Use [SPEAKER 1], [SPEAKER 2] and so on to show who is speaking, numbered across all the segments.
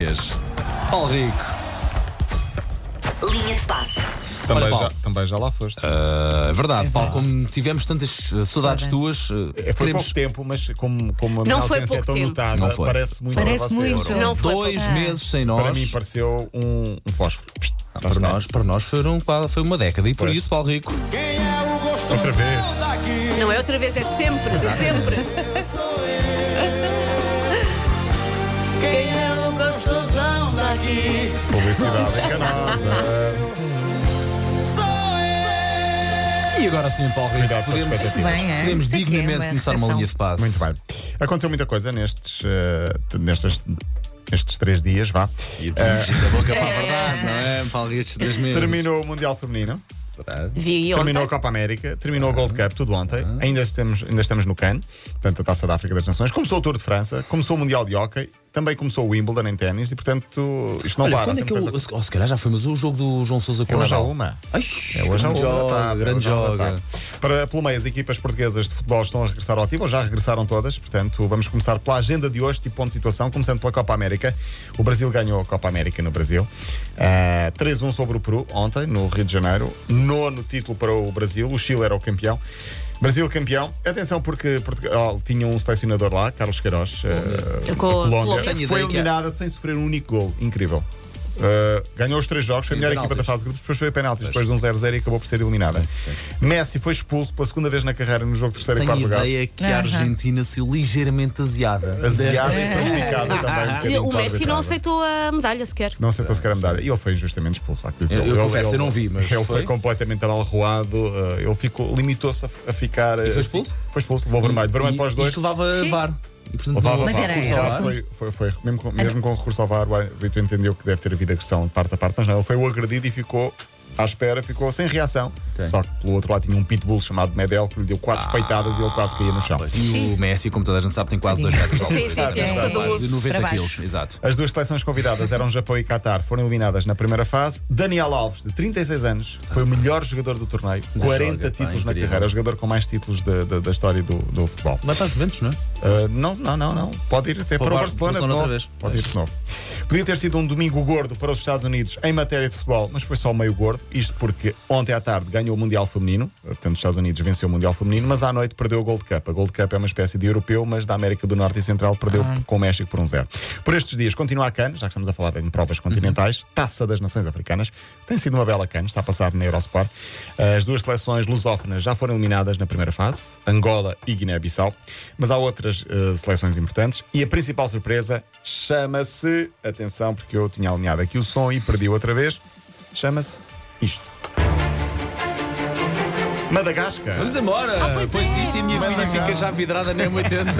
[SPEAKER 1] Dias.
[SPEAKER 2] Paulo Rico.
[SPEAKER 3] Linha de passe.
[SPEAKER 1] Também,
[SPEAKER 2] Paulo.
[SPEAKER 1] já, também já lá foste.
[SPEAKER 2] É verdade, Paulo, como tivemos tantas eh, saudades tuas, eh,
[SPEAKER 1] É, foi
[SPEAKER 2] queremos
[SPEAKER 1] pouco tempo, mas como, como a minha
[SPEAKER 4] Não foi
[SPEAKER 1] ausência é
[SPEAKER 4] pouco
[SPEAKER 1] tão
[SPEAKER 4] tempo.
[SPEAKER 1] notável,
[SPEAKER 2] Não foi.
[SPEAKER 1] parece muito
[SPEAKER 5] Parece
[SPEAKER 1] para vocês.
[SPEAKER 5] muito.
[SPEAKER 4] Não foi
[SPEAKER 2] dois
[SPEAKER 4] pouco.
[SPEAKER 2] meses sem nós.
[SPEAKER 1] Para mim pareceu um, um fósforo.
[SPEAKER 2] Ah,
[SPEAKER 1] Lá
[SPEAKER 2] para
[SPEAKER 1] está.
[SPEAKER 2] nós, para nós foram, quase- foi uma década e por
[SPEAKER 1] Pois.
[SPEAKER 2] isso, Paulo Rico,
[SPEAKER 1] Outra vez.
[SPEAKER 4] Não é outra vez, é sempre, sempre.
[SPEAKER 1] Publicidade enganosa.
[SPEAKER 2] E agora sim, Paulo Rico,
[SPEAKER 1] Cuidado com as
[SPEAKER 2] podemos,
[SPEAKER 1] expectativas.
[SPEAKER 5] Bem, é?
[SPEAKER 2] podemos
[SPEAKER 5] Isto é que é
[SPEAKER 2] dignamente
[SPEAKER 5] uma
[SPEAKER 2] começar uma
[SPEAKER 5] reflexão.
[SPEAKER 2] linha de passe.
[SPEAKER 1] Muito bem. Aconteceu muita coisa nestes, eh, nestas- nestes três dias, vá. Eh,
[SPEAKER 2] E temos
[SPEAKER 1] É.
[SPEAKER 2] da boca para a verdade, não é? Paulo Rico, estes dois meses.
[SPEAKER 1] Terminou o Mundial Feminino,
[SPEAKER 2] Verdade.
[SPEAKER 4] Vi ontem.
[SPEAKER 1] terminou a Copa América, terminou o Gold Cup, tudo ontem.
[SPEAKER 2] Ah.
[SPEAKER 1] Ainda, estamos, ainda estamos no CAN, portanto, a Taça da África das Nações. Começou o Tour de França, começou o Mundial de Hockey, também começou o Wimbledon em ténis e, portanto, isto não
[SPEAKER 2] Olha,
[SPEAKER 1] para. há
[SPEAKER 2] quando é
[SPEAKER 1] sempre
[SPEAKER 2] que eu.
[SPEAKER 1] coisa-
[SPEAKER 2] ou se calhar já foi, mas o jogo do João Sousa com
[SPEAKER 1] É
[SPEAKER 2] o
[SPEAKER 1] hoje à
[SPEAKER 2] Nadal.
[SPEAKER 1] uma.
[SPEAKER 2] Ai,
[SPEAKER 1] É hoje à
[SPEAKER 2] grande
[SPEAKER 1] uma da
[SPEAKER 2] jogo,
[SPEAKER 1] tarde,
[SPEAKER 2] grande
[SPEAKER 1] é hoje à uma
[SPEAKER 2] jogo.
[SPEAKER 1] da tarde. Para, pelo meio, as equipas portuguesas de futebol estão a regressar ao ativo, ou já regressaram todas, portanto, vamos começar pela agenda de hoje, tipo ponto de situação, começando pela Copa América. O Brasil ganhou a Copa América no Brasil. Ah, 3-1 sobre o Peru, ontem, no Rio de Janeiro. Nono título para o Brasil, o Chile era o campeão. Brasil campeão. Atenção, porque Portugal tinha um selecionador lá, Carlos Queiroz, ah,
[SPEAKER 4] Com a
[SPEAKER 1] da Colômbia.
[SPEAKER 4] Colômbia.
[SPEAKER 2] Tenho
[SPEAKER 1] Foi
[SPEAKER 2] ideia que é.
[SPEAKER 1] eliminada sem sofrer um único gol. Incrível. Uh, ganhou os três jogos, foi a
[SPEAKER 2] Sim,
[SPEAKER 1] melhor
[SPEAKER 2] penaltis.
[SPEAKER 1] equipa da fase de grupos, depois foi a penaltis, depois de um 0-0 e acabou por ser eliminada. Messi foi expulso pela segunda vez na carreira no jogo terceiro e
[SPEAKER 2] Tenho
[SPEAKER 1] quarto lugar.
[SPEAKER 2] ideia que
[SPEAKER 5] Aham.
[SPEAKER 2] a Argentina saiu ligeiramente asiada.
[SPEAKER 1] Aziada e prejudicada também. um
[SPEAKER 4] E
[SPEAKER 1] bocadinho
[SPEAKER 4] O
[SPEAKER 1] pela
[SPEAKER 4] Messi não
[SPEAKER 1] arbitragem.
[SPEAKER 4] aceitou a medalha sequer.
[SPEAKER 1] Não aceitou sequer a medalha. E ele foi injustamente expulso. há que dizer.
[SPEAKER 2] Eu- eu
[SPEAKER 1] Ele-
[SPEAKER 2] confesso,
[SPEAKER 1] ele-
[SPEAKER 2] eu não vi, mas
[SPEAKER 1] Ele foi,
[SPEAKER 2] foi?
[SPEAKER 1] completamente abalroado. uh, Ele ficou, limitou-se a, a ficar. uh,
[SPEAKER 2] foi
[SPEAKER 1] assim.
[SPEAKER 2] expulso?
[SPEAKER 1] Foi expulso. Levou vermelho. Vermelho
[SPEAKER 2] E-
[SPEAKER 1] para os dois.
[SPEAKER 2] Isto levava a
[SPEAKER 5] Sim.
[SPEAKER 2] VAR. E, portanto,
[SPEAKER 1] Levava
[SPEAKER 5] Mas
[SPEAKER 1] vá,
[SPEAKER 5] era,
[SPEAKER 1] recurso
[SPEAKER 5] era,
[SPEAKER 1] ao
[SPEAKER 5] era.
[SPEAKER 1] VAR, foi, foi, foi- mesmo, com, mesmo com recurso ao VAR, o árbitro entendeu que deve ter havido agressão de parte a parte, mas não, ele foi o agredido e ficou à espera, ficou sem reação. Só que pelo outro lado tinha um pitbull chamado Medel que lhe deu
[SPEAKER 2] Ah,
[SPEAKER 1] quatro peitadas e ele quase caía no chão.
[SPEAKER 2] E o Messi, como toda a gente sabe, tem quase 2 metros de altura.
[SPEAKER 4] Sim, sim,
[SPEAKER 2] Exato,
[SPEAKER 4] sim.
[SPEAKER 2] exato.
[SPEAKER 4] Todo
[SPEAKER 2] Quase De 90
[SPEAKER 5] para
[SPEAKER 2] quilos,
[SPEAKER 5] baixo.
[SPEAKER 2] exato.
[SPEAKER 1] As duas seleções convidadas eram Japão e Qatar, foram eliminadas na primeira fase. Daniel Alves, de 36 anos, foi o melhor jogador do torneio,
[SPEAKER 2] Não
[SPEAKER 1] 40
[SPEAKER 2] joga, pá,
[SPEAKER 1] títulos na
[SPEAKER 2] incrível.
[SPEAKER 1] carreira, é o jogador com mais títulos da- da- da história do, do futebol.
[SPEAKER 2] Vai para os Juventus, não é?
[SPEAKER 1] Uh, não, não, não, não. Pode ir até
[SPEAKER 2] Para o
[SPEAKER 1] para o
[SPEAKER 2] Bar-
[SPEAKER 1] Barcelona de
[SPEAKER 2] Barcelona
[SPEAKER 1] novo.
[SPEAKER 2] outra vez.
[SPEAKER 1] Pode ir de novo. Podia ter sido um domingo gordo para os Estados Unidos em matéria de futebol, mas foi só meio gordo. Isto porque ontem à tarde ganhou o Mundial Feminino, portanto, os Estados Unidos venceu o Mundial Feminino, mas à noite perdeu o Gold Cup. A Gold Cup é uma espécie de europeu, mas da América do Norte e Central perdeu com o México por um zero. Por estes dias continua a CAN, já que estamos a falar em provas continentais, Taça das Nações Africanas. Tem sido uma bela CAN, está a passar na Eurosport. As duas seleções lusófonas já foram eliminadas na primeira fase, Angola e Guiné-Bissau, mas há outras eh, seleções importantes e a principal surpresa chama-se, atenção, porque eu tinha alinhado aqui o som e perdi outra vez, chama-se isto. Madagascar.
[SPEAKER 2] Vamos embora!
[SPEAKER 4] pois
[SPEAKER 2] pois
[SPEAKER 4] é.
[SPEAKER 2] isto e a minha filha
[SPEAKER 1] Madagascar.
[SPEAKER 2] fica já vidrada na M80.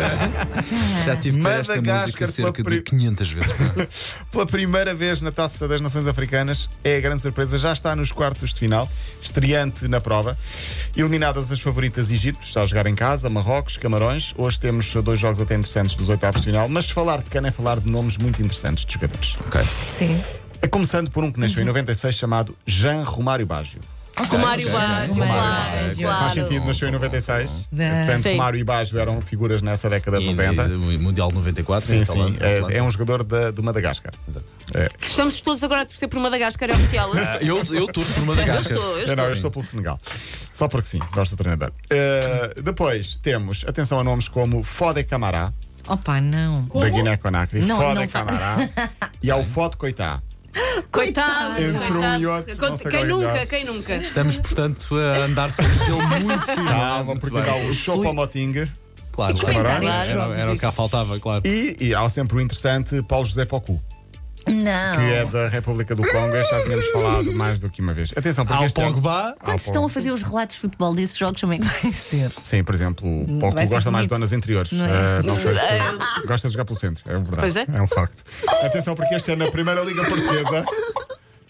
[SPEAKER 2] já tive que ter esta
[SPEAKER 1] Madagascar
[SPEAKER 2] música
[SPEAKER 1] pela
[SPEAKER 2] cerca de
[SPEAKER 1] pri-
[SPEAKER 2] 500 vezes.
[SPEAKER 1] Pela primeira vez na Taça das Nações Africanas, é a grande surpresa, já está nos quartos de final, estreante na prova. Eliminadas as favoritas Egito, está a jogar em casa, Marrocos, Camarões. Hoje temos dois jogos até interessantes dos oitavos de final, mas falar de cana é falar de nomes muito interessantes de jogadores.
[SPEAKER 2] ok.
[SPEAKER 5] Sim.
[SPEAKER 1] A Começando por um que nasceu em 96 chamado Jean Romário Baggio.
[SPEAKER 4] Romário
[SPEAKER 2] ok,
[SPEAKER 4] Vaz,
[SPEAKER 2] ok.
[SPEAKER 4] Vaz,
[SPEAKER 5] Romário
[SPEAKER 1] Faz sentido,
[SPEAKER 4] claro.
[SPEAKER 1] nasceu em 96.
[SPEAKER 5] Ah.
[SPEAKER 1] Portanto,
[SPEAKER 4] Sim.
[SPEAKER 1] Romário e Baggio eram figuras nessa década de
[SPEAKER 2] E,
[SPEAKER 1] 90.
[SPEAKER 2] e, né? Tá Mundial de 94.
[SPEAKER 1] Sim,
[SPEAKER 2] em
[SPEAKER 1] sim.
[SPEAKER 2] Atalanta, Atalanta.
[SPEAKER 1] É, é um jogador da- do Madagascar.
[SPEAKER 2] Exato.
[SPEAKER 1] É,
[SPEAKER 4] Estamos todos agora a torcer por Madagascar, é oficial.
[SPEAKER 2] Ah, Eu eu torço por
[SPEAKER 4] Eu
[SPEAKER 2] Madagascar.
[SPEAKER 4] estou, eu
[SPEAKER 1] Eu
[SPEAKER 4] estou.
[SPEAKER 1] não, eu estou pelo Senegal. Só porque sim, gosto do treinador. Uh, depois temos, atenção a nomes como Fode Camará,
[SPEAKER 5] Opa, não.
[SPEAKER 1] da Guiné-Conakry.
[SPEAKER 5] Não,
[SPEAKER 1] Fode
[SPEAKER 5] não fa-
[SPEAKER 1] Camará. e ao Fode Coitá.
[SPEAKER 4] Coitado,
[SPEAKER 1] Entre um
[SPEAKER 4] coitado.
[SPEAKER 1] e outro,
[SPEAKER 4] Quem-
[SPEAKER 1] não sei
[SPEAKER 4] Quem
[SPEAKER 1] qual é
[SPEAKER 4] nunca,
[SPEAKER 1] melhor.
[SPEAKER 4] quem nunca?
[SPEAKER 2] Estamos, portanto, a andar sobre gelo muito fino.
[SPEAKER 1] Calma,
[SPEAKER 2] Ah, Muito
[SPEAKER 1] porque
[SPEAKER 2] bem.
[SPEAKER 1] dá o Chopa
[SPEAKER 2] Fui-
[SPEAKER 1] Motinga.
[SPEAKER 2] Claro,
[SPEAKER 5] E
[SPEAKER 2] claro.
[SPEAKER 5] comentários
[SPEAKER 2] Era-
[SPEAKER 5] jogos
[SPEAKER 2] Era o
[SPEAKER 5] e-
[SPEAKER 2] que cá faltava, claro.
[SPEAKER 1] E, e há sempre o interessante Paulo José Pocu,
[SPEAKER 5] Não.
[SPEAKER 1] que é da República do Congo. Este Já tínhamos falado mais do que uma vez. Atenção, porque
[SPEAKER 2] Há o
[SPEAKER 1] este é um ano-
[SPEAKER 2] Pogba.
[SPEAKER 1] Há o
[SPEAKER 5] Quando estão
[SPEAKER 1] Pogba.
[SPEAKER 5] a fazer os relatos de futebol desses jogos, também vai ser.
[SPEAKER 1] Sim, por exemplo, o
[SPEAKER 5] Hum, Vai
[SPEAKER 1] Poco
[SPEAKER 5] ser
[SPEAKER 1] gosta mais de
[SPEAKER 5] bonito.
[SPEAKER 1] zonas interiores.
[SPEAKER 5] Não é?
[SPEAKER 1] Ah, não sei se- gosta de jogar pelo centro, é verdade.
[SPEAKER 4] Pois é.
[SPEAKER 1] um facto. Atenção, porque este ano na Primeira Liga Portuguesa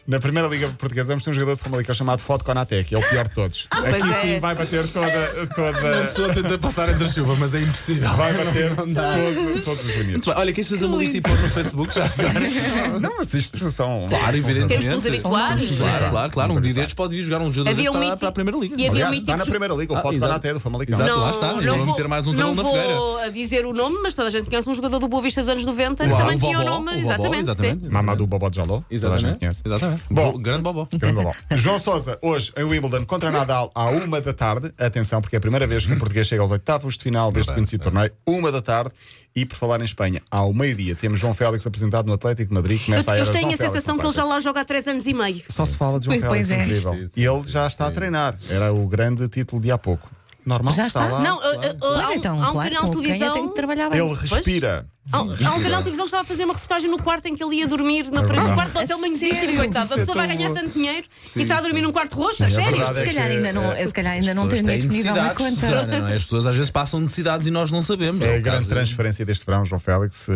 [SPEAKER 1] Na primeira liga portuguesa vamos ter um jogador de Famalicão chamado Foto Konatec, é o pior de todos.
[SPEAKER 5] Ah,
[SPEAKER 1] Aqui
[SPEAKER 4] é.
[SPEAKER 1] sim vai bater toda. toda
[SPEAKER 2] Estou a tentar passar entre a chuva, mas é impossível.
[SPEAKER 1] vai bater
[SPEAKER 2] Não dá.
[SPEAKER 1] todo- todos os limites.
[SPEAKER 2] Olha, queres fazer uma lista e pôr no Facebook já agora?
[SPEAKER 1] Não, mas isto são.
[SPEAKER 2] Claro, evidentemente.
[SPEAKER 4] Temos que nos habituar.
[SPEAKER 5] Claro,
[SPEAKER 2] Claro, claro, claro. Um
[SPEAKER 1] Vamos
[SPEAKER 2] dia
[SPEAKER 1] habituar.
[SPEAKER 2] destes pode vir jogar um jogador
[SPEAKER 4] Havia
[SPEAKER 2] destes
[SPEAKER 4] um
[SPEAKER 2] para,
[SPEAKER 4] mítico-
[SPEAKER 2] para a primeira liga. é?
[SPEAKER 4] e havia-
[SPEAKER 1] Aliás,
[SPEAKER 4] míticos-
[SPEAKER 1] está na primeira liga, o
[SPEAKER 2] Ah,
[SPEAKER 1] Foto
[SPEAKER 2] exato.
[SPEAKER 1] Konatec do Famalicão.
[SPEAKER 2] Exato. lá está, eu vou meter mais um
[SPEAKER 4] não
[SPEAKER 2] talão na fogueira.
[SPEAKER 4] vou a dizer o nome, mas toda a gente conhece um jogador do Boa Vista dos anos 90 que
[SPEAKER 2] Claro,
[SPEAKER 4] também
[SPEAKER 2] o
[SPEAKER 4] tinha o
[SPEAKER 2] Bobó,
[SPEAKER 4] nome.
[SPEAKER 2] o Bobó,
[SPEAKER 4] exatamente. sim.
[SPEAKER 2] exatamente.
[SPEAKER 1] Mamadou Bobó de Jaló. toda a gente
[SPEAKER 2] Exatamente.
[SPEAKER 1] conhece.
[SPEAKER 2] Exatamente.
[SPEAKER 1] Bom.
[SPEAKER 2] Bo- grande bobó.
[SPEAKER 1] Grande Bobó. João Sousa, hoje em Wimbledon contra Nadal à uma da tarde. Atenção, porque é a primeira vez que o português chega aos oitavos de final deste conhecido torneio, uma da tarde. E por falar em Espanha, ao meio-dia temos João Félix apresentado no Atlético de Madrid. Começa
[SPEAKER 4] Eu,
[SPEAKER 1] a
[SPEAKER 4] eu
[SPEAKER 1] era
[SPEAKER 4] tenho
[SPEAKER 1] João
[SPEAKER 4] a
[SPEAKER 1] Félix
[SPEAKER 4] sensação
[SPEAKER 1] no
[SPEAKER 4] que ele já
[SPEAKER 1] Atlético.
[SPEAKER 4] lá joga há três anos e meio.
[SPEAKER 1] Só se fala de João
[SPEAKER 5] Pois
[SPEAKER 1] Félix,
[SPEAKER 5] é.
[SPEAKER 1] incrível.
[SPEAKER 2] Sim, sim,
[SPEAKER 1] E ele já está a treinar. Era o grande título de há pouco. Normal
[SPEAKER 5] Já
[SPEAKER 1] que
[SPEAKER 5] está?
[SPEAKER 1] lá.
[SPEAKER 4] Não, uh, uh, uh, há
[SPEAKER 5] Pois
[SPEAKER 4] um-
[SPEAKER 5] então,
[SPEAKER 4] há um
[SPEAKER 5] claro,
[SPEAKER 4] canal
[SPEAKER 5] com
[SPEAKER 4] de
[SPEAKER 5] quem eu
[SPEAKER 4] televisão.
[SPEAKER 5] tenho que trabalhar bem.
[SPEAKER 1] Ele respira.
[SPEAKER 4] Há um, há um canal de televisão que estava a fazer uma reportagem no quarto em que ele ia dormir na parede,
[SPEAKER 1] verdade.
[SPEAKER 4] no quarto do hotel
[SPEAKER 5] É
[SPEAKER 4] manhãzinho,
[SPEAKER 5] sério?
[SPEAKER 4] coitado. A
[SPEAKER 1] Isso é
[SPEAKER 4] pessoa vai
[SPEAKER 1] tão
[SPEAKER 4] ganhar
[SPEAKER 1] bom.
[SPEAKER 4] tanto dinheiro
[SPEAKER 2] Sim.
[SPEAKER 4] e está a dormir num quarto roxo, a sério.
[SPEAKER 1] verdade.
[SPEAKER 5] Se
[SPEAKER 1] é
[SPEAKER 5] calhar
[SPEAKER 1] que,
[SPEAKER 5] ainda não,
[SPEAKER 1] eh,
[SPEAKER 5] se calhar ainda não
[SPEAKER 2] As pessoas
[SPEAKER 5] tens
[SPEAKER 2] têm
[SPEAKER 5] dinheiro disponível na
[SPEAKER 2] necessidades,
[SPEAKER 5] conta.
[SPEAKER 2] Susana, não é? As pessoas às vezes passam necessidades e nós não sabemos.
[SPEAKER 1] É a
[SPEAKER 2] o
[SPEAKER 1] grande
[SPEAKER 2] caso-
[SPEAKER 1] transferência deste verão, João Félix. eh,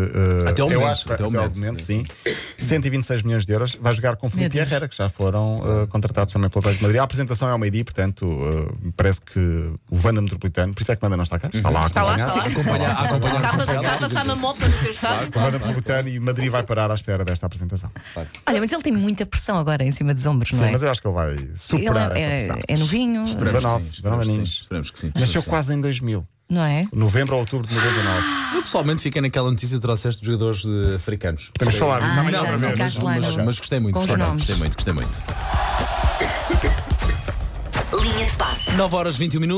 [SPEAKER 2] Até ao
[SPEAKER 1] eu
[SPEAKER 2] momento,
[SPEAKER 1] acho que
[SPEAKER 2] até
[SPEAKER 1] até
[SPEAKER 2] ao
[SPEAKER 1] ao
[SPEAKER 2] momento,
[SPEAKER 1] momento, sim. 126 milhões de euros. Vai jogar com Felipe
[SPEAKER 5] Deus.
[SPEAKER 1] Herrera, que já foram eh, contratados também pelo Atlético de Madrid. A apresentação é ao meio-dia, portanto, eh, parece que o Wanda Metropolitano, por isso é que o Wanda não está cá. Está lá, a
[SPEAKER 4] Está lá,
[SPEAKER 1] acompanhar.
[SPEAKER 4] está lá.
[SPEAKER 2] Acompanhar, acompanhar
[SPEAKER 4] Está a
[SPEAKER 2] o
[SPEAKER 4] passar-
[SPEAKER 2] Rafael,
[SPEAKER 4] está a
[SPEAKER 2] sim,
[SPEAKER 4] passar
[SPEAKER 2] sim.
[SPEAKER 4] uma mopa no seu estado.
[SPEAKER 1] Wanda Metropolitano e Madrid vai parar à espera desta apresentação.
[SPEAKER 5] Olha, mas ele tem muita pressão agora em cima dos ombros, não
[SPEAKER 1] Sim,
[SPEAKER 5] é?
[SPEAKER 1] mas eu acho que ele vai superar
[SPEAKER 5] Ele é,
[SPEAKER 1] essa pressão.
[SPEAKER 5] é novinho,
[SPEAKER 2] Esperamos que
[SPEAKER 1] 19,
[SPEAKER 2] sim, esperamos
[SPEAKER 1] 19
[SPEAKER 2] que sim,
[SPEAKER 1] aninhos.
[SPEAKER 2] Esperamos que sim.
[SPEAKER 1] Nasceu
[SPEAKER 2] Sim.
[SPEAKER 1] quase em 2000,
[SPEAKER 5] não é?
[SPEAKER 1] novembro ou outubro de 99.
[SPEAKER 2] Eu pessoalmente fiquei naquela notícia que trouxeste de jogadores de africanos.
[SPEAKER 1] Podemos falar disso
[SPEAKER 5] Ah,
[SPEAKER 1] amanhã
[SPEAKER 5] exato,
[SPEAKER 1] outra vez.
[SPEAKER 5] ficaste lá
[SPEAKER 2] Mas,
[SPEAKER 5] no-
[SPEAKER 2] mas gostei muito,
[SPEAKER 5] Com os
[SPEAKER 2] gostei, muito,
[SPEAKER 5] nomes.
[SPEAKER 2] gostei muito, gostei muito.
[SPEAKER 3] Linha de passe.
[SPEAKER 2] 9 horas 21 minutos.